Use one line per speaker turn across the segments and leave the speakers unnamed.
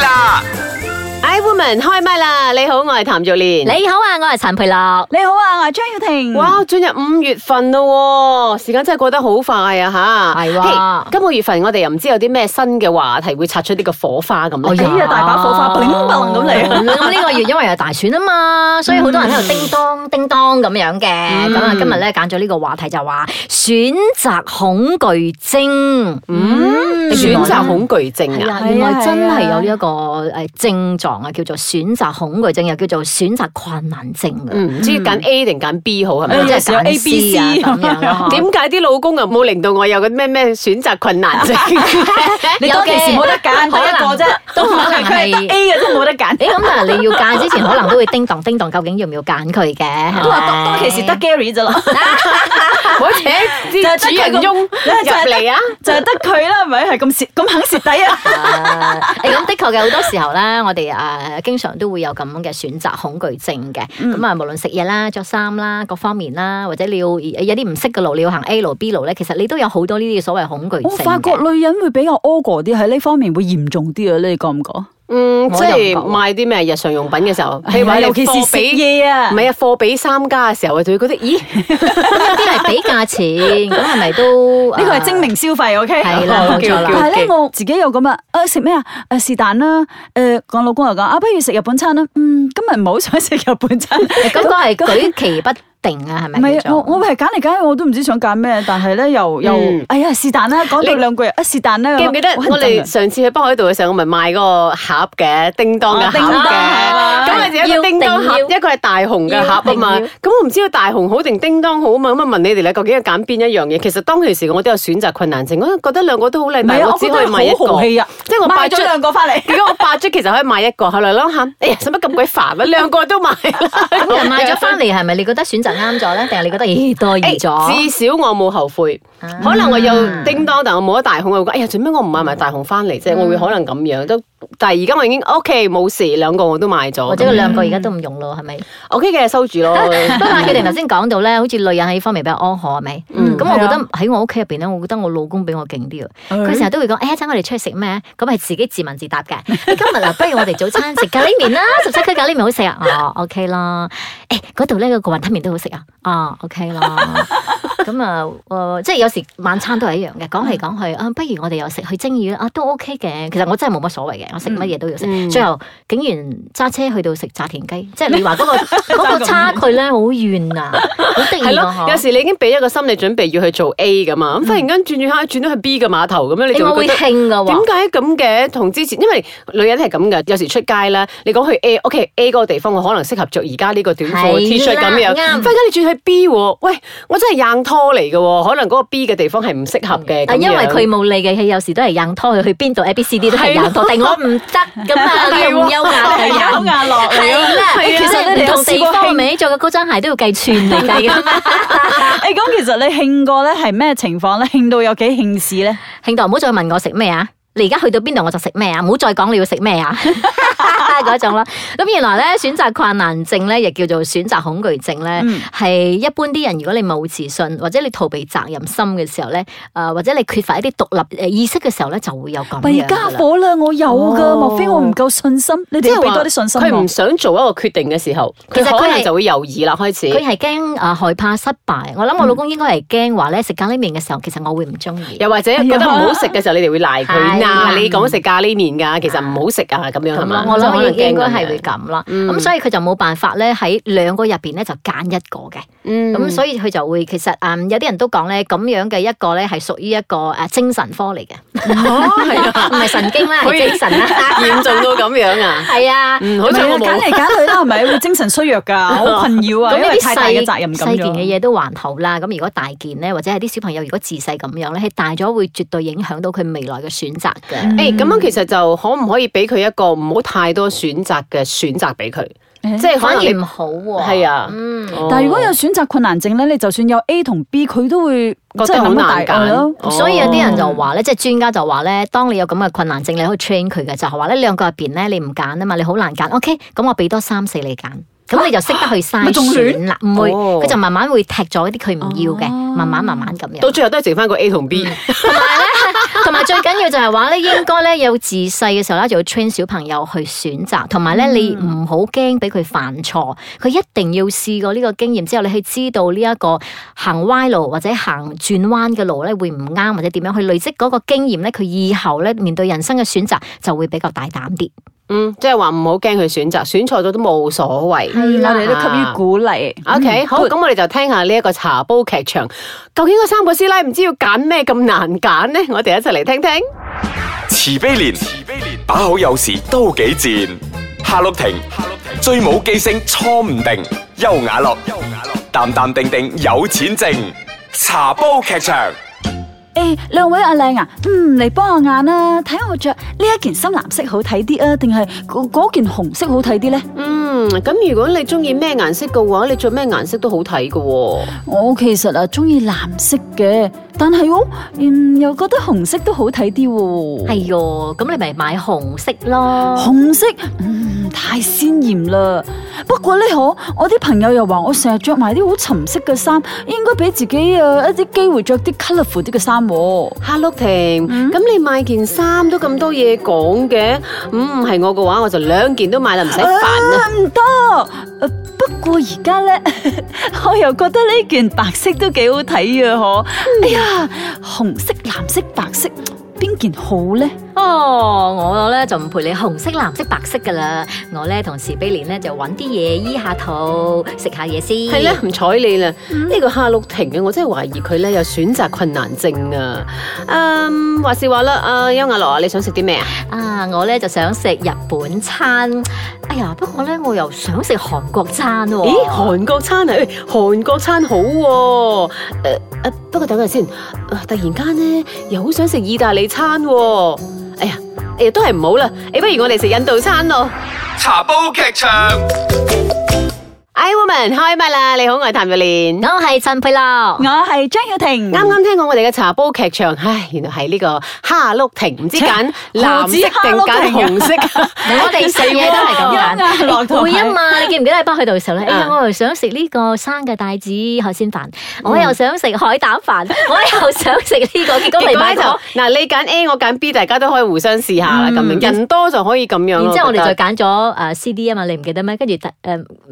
啦！
I woman 開唛啦！你好，我係譚玉
哦
蓮。
你好啊，我係陳培樂。
你好啊，我係張曉婷。
哇，進入五月份咯喎，時間真係過得好快啊吓！
係喎
嘿今個月份我哋又唔知有啲咩新嘅話題會擦出呢個火花咁
哎
咧。
呀
呢個大把火花 bling bling 咁嚟啊
嗯咁呢個月因為有大選啊 嘛，所以好多人喺度叮當叮當咁樣嘅。
嗯
咁啊，今日咧揀咗呢個話題就話選擇恐懼症。嗯
選擇恐懼症
係
啊！
啊，原來真係有呢一個誒症狀啊，叫做選擇恐懼症，又叫做選擇困難症嘅。
嗯，唔知揀 A 定揀 B 好係咪？
嗯
即係揀
A B C
啊咁樣 咯。
點解啲老公又冇令到我有個咩咩選擇困難 症？
你當其時冇得揀，得
可能
一個啫，
都可能係
佢係得 A 嘅都冇得揀。
誒咁但係你要揀之前，可能都會叮當叮當，究竟要唔要揀佢嘅？
都話當當其時得 Gary 啫咯，
或者
就係得
啲主
佢
人
個
翁入嚟啊！
就係得佢啦，係咪？係咁蝕咁肯蝕 底啊！
啊誒咁的確嘅好多時候咧，我哋誒經常都會有咁嘅選擇恐懼症嘅。
嗯
咁啊，無論食嘢啦、着衫啦、各方面啦，或者你要有啲唔識嘅路，你要行 A 路、B 路咧，其實你都有好多呢啲所謂恐懼症
我
嘅。
哦發覺女人會比較 o 過啲，喺呢方面會嚴重啲啊！你哋覺唔覺？
嗯，
我
即
就
係
唔覺
買啲咩日常用品嘅時候，譬如話你
尤其是
貨
食
比
嘢啊
唔係啊，貨比三家嘅時候，我就會覺得，咦，
有啲係比價錢，咁係咪都
呢個係精明消費，OK？
哦
係啦
好
冇錯啦
但係咧，我自己又咁啊，誒食咩啊？誒是但啦，誒我老公又講啊，不如食日本餐啦。嗯，今日唔好想食日本餐。
啊誒咁都係舉棋不定啊？係
唔
咪叫
係，我
做？
我係揀嚟揀去，我都唔知想揀咩，但係咧又又
嗯，
哎呀是但啦，講到
你
兩句啊是但啦。
記唔記得
好
我哋上次去北海道嘅時候，我咪買嗰個盒嘅叮當嘅
哦叮
盒
當
嘅，
啊
咁咪就一個
要
叮當
定
盒，
要
一個係大雄嘅盒啊嘛
要定要。
咁我唔知道大雄好定叮當好啊嘛，咁啊問你哋咧，究竟要揀邊一樣嘢？其實當其時我都有選擇困難症，我覺得兩個都好靚，
唔
但
係
係
啊，
我
我
只
覺
可以買一
得好豪
個。
氣啊！
即係我八
買咗
張
兩個翻嚟。
如果我八張其實可以買一個，後來諗下，哎呀，使乜咁鬼煩 啊？兩個都買啦。
咁人買咗翻嚟係咪你覺得選擇啱咗咧？定係你覺得咦多餘
誒
咗？
至少我冇後悔，可能我有叮當，但我冇咗大雄。我會覺得哎呀，做咩我唔買埋大雄翻嚟啫？我會可能咁樣都，但係而家我已經 OK 冇事，兩個我都買咗，
或者佢兩個而家都唔用咯，係咪？
OK 嘅收住咯。
不過佢哋頭先講到咧，好似女人喺呢方面比較安可，係咪？
嗯
咁我覺得喺我屋企入邊咧，我覺得我老公比我勁啲啊！佢成日都會講：誒一陣我哋出去食咩？咁係自己自問自答嘅。哎今日嗱，不如我哋早餐食咖喱麵啦， 十七區咖喱麵好食啊！哦，OK 啦。誒嗰度咧個雲吞麵都好食啊！啊，OK 啦。咁啊，誒即係有時晚餐都係一樣嘅，講嚟講去啊，不如我哋又食去蒸魚啦，啊都 OK 嘅。其實我真係冇乜所謂嘅，我食乜嘢都要食。
嗯
最後竟然揸車去到食炸田雞， 即係你話嗰個嗰個差距咧好遠啊，好得
係
意
咯，
啊！
有
嗬
時你已經俾一個心理準備要去做 A 噶嘛，咁忽然間轉轉下轉到去 B 嘅碼頭咁嗯樣，你
誒
就
我
會
會
覺得。
興噶
點
喎，
解咁嘅？同之前，因為女人係咁嘅，有時出街啦，你講去 A，OK A 嗰個地方，我可能適合着而家呢個短
係啦
褲 T 恤咁樣。
啱
忽然間你轉去 B 喎，喂，我真係硬拖嚟嘅喎，可能嗰個 B 嘅地方係唔適合嘅。咁
啊
樣
因為佢冇理嘅，佢有時都係硬拖，佢去邊度 A B C D 都 係
係咯
硬拖，但係我唔得 咁啊，你又唔優雅嘅人。
牙落
係啦，
係啊
其實你
你
唔
有
同地
試過
方
興
咪着嘅高踭鞋都要計寸嚟計㗎嘛。
誒咁其實你興過咧係咩情況咧？興到有幾興事咧？
慶代唔好再問我食咩啊！你而家去到邊度我就食咩啊！唔好再講你要食咩 啊！ 嗰種咯，咁原來咧選擇困難症咧，亦叫做選擇恐懼症咧，
嗯
係、一般啲人如果你冇自信或者你逃避責任心嘅時候咧，誒、或者你缺乏一啲獨立呃誒意識嘅時候咧，就會有咁
咪
哎
樣
家
㗎啦。
伙啦，我有噶，
哦
莫非我唔夠信心？你
即
哋
係
要俾
話
多啲信心
佢唔
我。
想做一個決定嘅時候，
其
佢
實佢係
可能就會猶豫啦，開
佢
始。
係驚誒害怕失敗，我諗
嗯
我老公應該係驚話咧食咖喱麵嘅時候，其實我會唔中意。
又或者覺得唔好食嘅時候，你哋會賴佢
啊係啦
嗱，你講食咖喱麵㗎，其實唔好食啊，咁樣係
咁
嘛
咯，？我
即係可
諗
能
應應該
驚
係
咁
會
樣
咁啦。咁、
嗯
所以佢就冇辦法咧喺兩個入邊咧就揀一個嘅。
嗯
咁所以佢就會其實嗯有啲人都講咧，咁樣嘅一個咧係屬於一個誒精神科嚟嘅， 唔係神經啦，
可以
係精神啦，
嚴重到咁樣啊！
係 啊。
嗯，好
唔
彩
係啊
我
揀
冇。
嚟揀去啦，係咪會精神衰弱㗎？好困擾 啊，
咁
因
呢
為
啲
太大嘅
細
責任感
細件嘅
咗。
嘢都還好啦，咁如果大件咧，或者係啲小朋友如果自細咁樣咧，係大咗會絕對影響到佢未來嘅選擇嘅。
誒咁樣其實就可唔可以俾佢一個唔好太多選擇嘅選擇俾佢，
誒
即係可
反
能
而
你
唔好喎。
係啊
嗯。
哦
但係如果有選擇困難症咧，你就算有 A 同 B，佢都會
覺
即係
得好
諗到大
難
係咯
揀，哦
所以有啲人就話咧，即係專家就話咧，當你有咁嘅困難症，你可以 train 佢嘅，就係話咧兩個入邊咧，你唔揀啊嘛，你好難揀。OK，咁我俾多三四你揀，咁你就識得去
啊咪
篩
仲
選啦，唔會
哦
佢就慢慢會踢咗一
哦
啲佢唔要嘅，慢慢慢慢咁
到
樣。
最後都係剩翻個 A 同 B。
同埋咧，同埋最緊要佢就係話咧，應該咧有自細嘅時候咧，就要 train 小朋友去選擇，同埋咧
嗯
你唔好驚俾佢犯錯，佢一定要試過呢個經驗之後，你去知道呢一個行歪路或者行轉彎嘅路咧會唔啱或者點樣去累積嗰個經驗咧，佢以後咧面對人生嘅選擇就會比較大膽啲。
嗯，即係話唔好驚佢選擇，選錯咗都冇所謂。嗯
係
我哋都給予鼓勵。
O K，好，嗯咁我哋就聽下呢一個茶煲劇場，究竟嗰三個師奶唔知要揀咩咁難揀呢？我哋一齊嚟聽聽。
慈悲蓮，慈悲蓮，把好有時都幾賤。夏綠庭，夏綠庭，最冇記性錯唔定。優雅樂，優雅樂，淡淡定定有錢剩。茶煲劇場，
誒，兩位阿靚啊，嗯，嚟幫下眼啦，睇我着呢一件深藍色好睇啲啊，定係嗰嗰件紅色好睇啲呢？
嗯，咁如果你中意咩顏色嘅話，你着咩顏色都好睇嘅喎。
我其實啊中意藍色嘅，但係我嗯又覺得紅色都好睇啲喎。
係喲，咁你咪買紅色咯。
紅色，嗯，太鮮豔啦。不過呢，可我啲朋友又話我成日着埋啲好沉色嘅衫，應該俾自己啊一啲機會着啲 colourful 啲嘅衫喎。
哈碌婷，咁你買件衫都咁多嘢講嘅，嗯，係我嘅話我就兩件都買啦，唔使煩啦。
啊唔得、呃不過而家咧， 我又覺得呢件白色都幾好睇啊！嗬，哎呀，紅色、藍色、白色，邊件好咧？
哦，我咧就唔陪你紅色、藍色、白色噶啦，我咧同慈悲蓮咧就揾啲嘢醫下肚，食下嘢先。
係啦，嗯唔睬你啦。呢個哈碌婷嘅，我真係懷疑佢咧有選擇困難症啊。嗯，話是話啦，阿優雅樂啊，你想食啲咩啊？
啊，我咧就想食日本餐。哎呀，不過咧我又想食韓國餐喎、
咦，韓國餐啊，誒韓國餐好喎、誒誒不過等陣先，啊突然間咧又好想食意大利餐喎、哎呀，誒、都係唔好啦，誒、不如我哋食印度餐咯。
茶煲劇場。
I woman 開唛啦！你好，我係譚玉蓮。
我係陳佩樂
我。係張曉婷，
啱啱聽講我哋嘅茶煲劇場，唉，原來係呢個蝦碌亭，唔知揀
切
藍色定揀紅
何
色。
我哋食嘢都係咁
啱啱落
揀，
堂
會啊嘛！你記唔記得喺北去度嘅時候咧？哎呀，
啊
我又想食呢個生嘅帶子海鮮飯，我
嗯
又想食海膽飯，我又想食呢個，結果
結
嚟
果
買
咧就
咗。
嗱，你揀 A，我揀 B，大家都可以互相試下啦。咁樣人多就可以咁樣咯。
然之後我哋
覺得
就揀咗誒 CD 啊嘛，你唔記得咩？跟住誒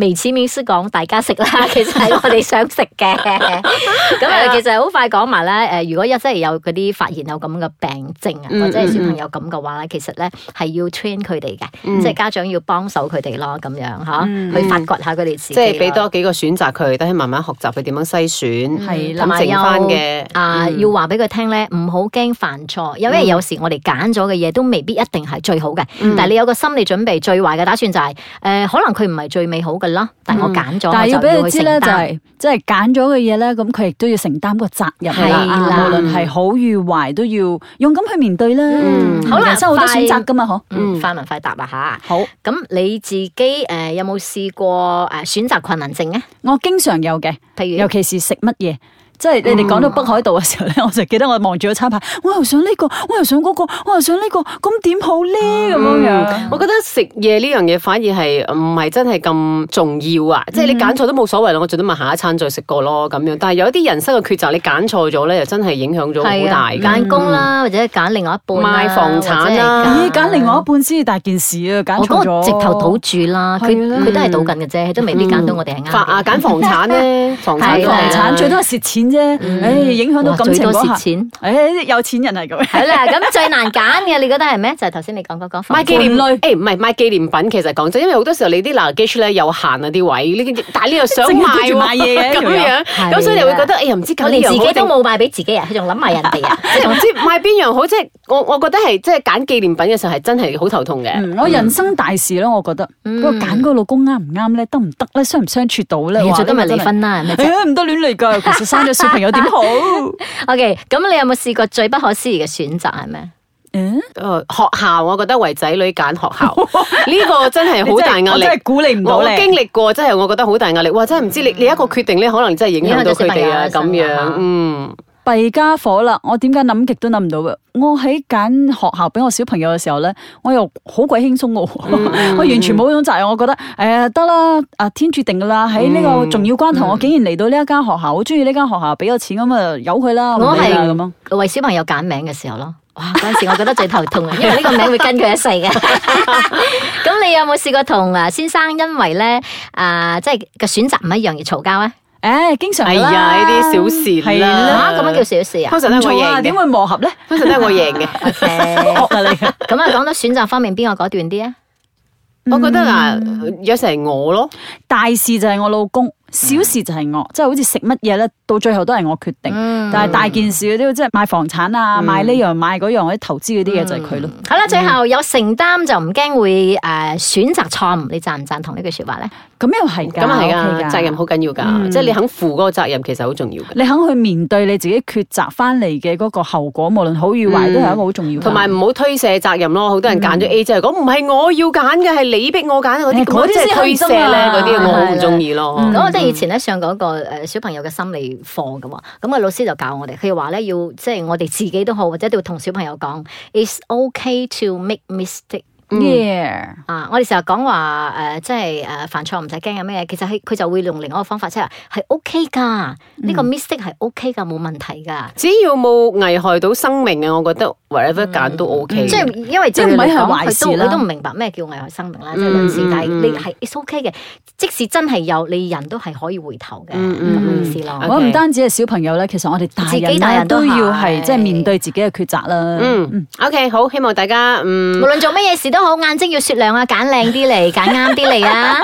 微此面書講大家食啦， 其實係我哋想食 嘅。咁啊，其實好快講埋咧誒，如果一真係有嗰啲發現有咁嘅病症啊，
嗯
或者係小朋友咁嘅話咧，其實咧係要 train 佢哋
嗯
嘅，即係家長要幫手佢哋咯，咁樣嚇去發掘下佢哋自己咯。
即係俾多幾個選擇佢，等佢慢慢學習佢點樣篩選，
係啦
咁剩翻嘅
啊，
嗯
要話俾佢聽咧，唔好驚犯錯，因為有時我哋揀咗嘅嘢都未必一定係最好嘅。
嗯
但係你有個心理準備，最壞嘅打算就係、誒、呃可能佢唔係最美好嘅啦，但係我揀咗，
嗯但係
我
要俾
就
佢
去
知
承
咧，就
擔。
係即係揀咗嘅嘢咧，咁佢亦都要承擔個責任
係
啦。
啦
啊無論係好與壞，都要勇敢去面對啦。
嗯好啦
人生好多選擇噶嘛，嗬。
嗯，快問快答啊吓！
好，
咁你自己誒、有冇試過誒、選擇困難症咧？
我經常有嘅。
譬如
尤其是食乜嘢。即係你哋講到北海道嘅時候
嗯
咧，我就記得我望住個餐牌，我又想呢、個，我又想嗰、個，我又想呢、個，咁點好咧
嗯
咁樣樣？
嗯我覺得食嘢呢樣嘢反而係唔係真係咁重要啊？
嗯
即係你揀錯都冇所謂啦，我最多咪下一餐再食過咯咁樣。但係有一啲人生嘅抉擇，你揀錯咗咧，又真係影響咗好大㗎。
啊揀工啦，或者揀另外一半啦
賣房產啦
或
嗯咦，
者係
揀另外一半先至大件事啊！揀
啊我
錯
嗰
咗，
個直頭賭注啦，佢
係啦
佢都係賭緊嘅啫，都未必揀到我哋係啱嘅。
房嗯啊，揀房產咧， 房產
係
揀
啦
房產
房產
最多係蝕錢啫，唉，影響
嗯
到
哇
感情
最多
嗰下
蝕。錢。
唉、有錢人係咁樣。
好啦，咁最難揀嘅，你覺得係咩？就係頭先你講嗰個
買
房
紀念
伴侶
誒唔係買紀念品，其實講真，因為好多時候你啲 luggage 咧有限啊啲位，呢但係你又想
淨係
買
顧住買嘢
喎
嘅
咁樣，
係
咁所以你會
啦
覺得哎呀唔知揀
我
呢
連
樣
自
好
己
定
都冇買俾自己啊，佢仲諗埋人哋 啊！
即係唔知買邊樣好，即係我我覺得係即係揀紀念品嘅時候係真係好頭痛嘅。
嗯，我人生大事咯，我覺得。不過揀個老公啱唔啱咧，得唔得咧，相唔相處到咧？
你
哇
最多咪
呢個
離
真係
婚啦，係咪
哎
啫
呀唔得亂嚟㗎，其實生咗小朋友點好？
？OK，咁你有冇試過最不可思議嘅選擇係咩？
嗯
誒呃學校，我覺得為仔女揀學 校呢個真係好大壓
我
力
真。係鼓勵唔
我
到嗯
我
你。
經歷過，真係我覺得好大壓力。哇！真係唔知你你一個決定咧，可能真係影響到佢哋啊
影響咗小
咁
朋友嘅生
樣
活。
嗯，
弊家伙啦！我點解諗極都諗唔到嘅？我喺揀學校俾我小朋友嘅時候咧，我又好鬼輕鬆嘅喎， 我完全冇嗰種責任。我覺得誒得啦，啊天注定㗎啦！喺呢個重要關頭，我竟然嚟到呢一間學校，好中意呢間學校，俾咗錢咁啊，由佢啦，
我
唔理啦
係
咁樣。
為小朋友揀名嘅時候咯，哇！嗰陣時我覺得最頭痛啊，因為呢個名會跟佢一世 嘅。咁你有冇試過同啊先生因為咧啊，即係個選擇唔一樣而嘈交咧？
诶，經常
哎
㗎啦
呀，呢啲小事
係
啦
啦，
啊，咁樣叫小事啊
通？常都係
唔
我
錯啊
贏
點
嘅，
會磨合 咧？
通常都係我贏 嘅。
OK 咁啊，講到選擇方面，邊個果斷啲啊？
我覺得啊，
嗯
有時係我咯，
大事就係我老公，小事就係我，即係好似食乜嘢咧，到最後都係我決定。
嗯
但係大件事嗰啲，即係買房產
嗯
啊、買呢樣買嗰樣或者投資嗰啲嘢就係佢咯。
好啦，最後有承擔就唔驚會呃诶选择错误，你贊唔贊同呢句说話咧？
咁又係㗎，嗯
咁啊係
OK
噶，
㗎
責任好緊要㗎，即係你肯負嗰個責任其實好重要嘅。
你肯去面對你自己抉擇翻嚟嘅嗰個後果，無論好與壞，都係一個好重要
嗯
嘅。
同埋唔好推卸責任咯，好多人揀咗 A 之後講唔係我要揀嘅，係你逼我揀嗰啲，
誒
咁
嗰啲
即係
先
推卸咧，
係真
嗰
啊
啲我好唔中意咯。
咁我即係嗯以前咧上嗰個誒小朋友嘅心理課嘅喎，咁啊個老師就教我哋，佢話咧要即係我哋自己都好，或者都要同小朋友講，it's okay to make mistake。
嗯
Yeah
啊！我哋成日講話誒，即係誒犯錯唔使驚有咩，其實係佢就會用另一個方法，即係話係 OK 㗎，呢個 mistake 係 OK 㗎，冇問題㗎。
只要冇危害到生命嘅，我覺得 whatever 揀都 OK 嘅。
嗯即係因為
即係
對佢
唔係
嚟講
係壞
佢都
事啦
佢都唔明白咩叫危害生命啦，即係
嗯
類似。但係
嗯
你係 it's OK 嘅，即使真係有，你人都係可以回頭嘅
嗯
咁
嗯
嘅
嗯
意思咯。
OK
我唔單止係小朋友咧，其實我哋大人
自己大
咧
人都
都要係
係
即係面對自己嘅抉擇啦。
嗯，OK，好，希望大家嗯
無。論做乜嘢事都好，眼睛要雪亮啊，揀靚啲嚟，揀啱啲嚟啊！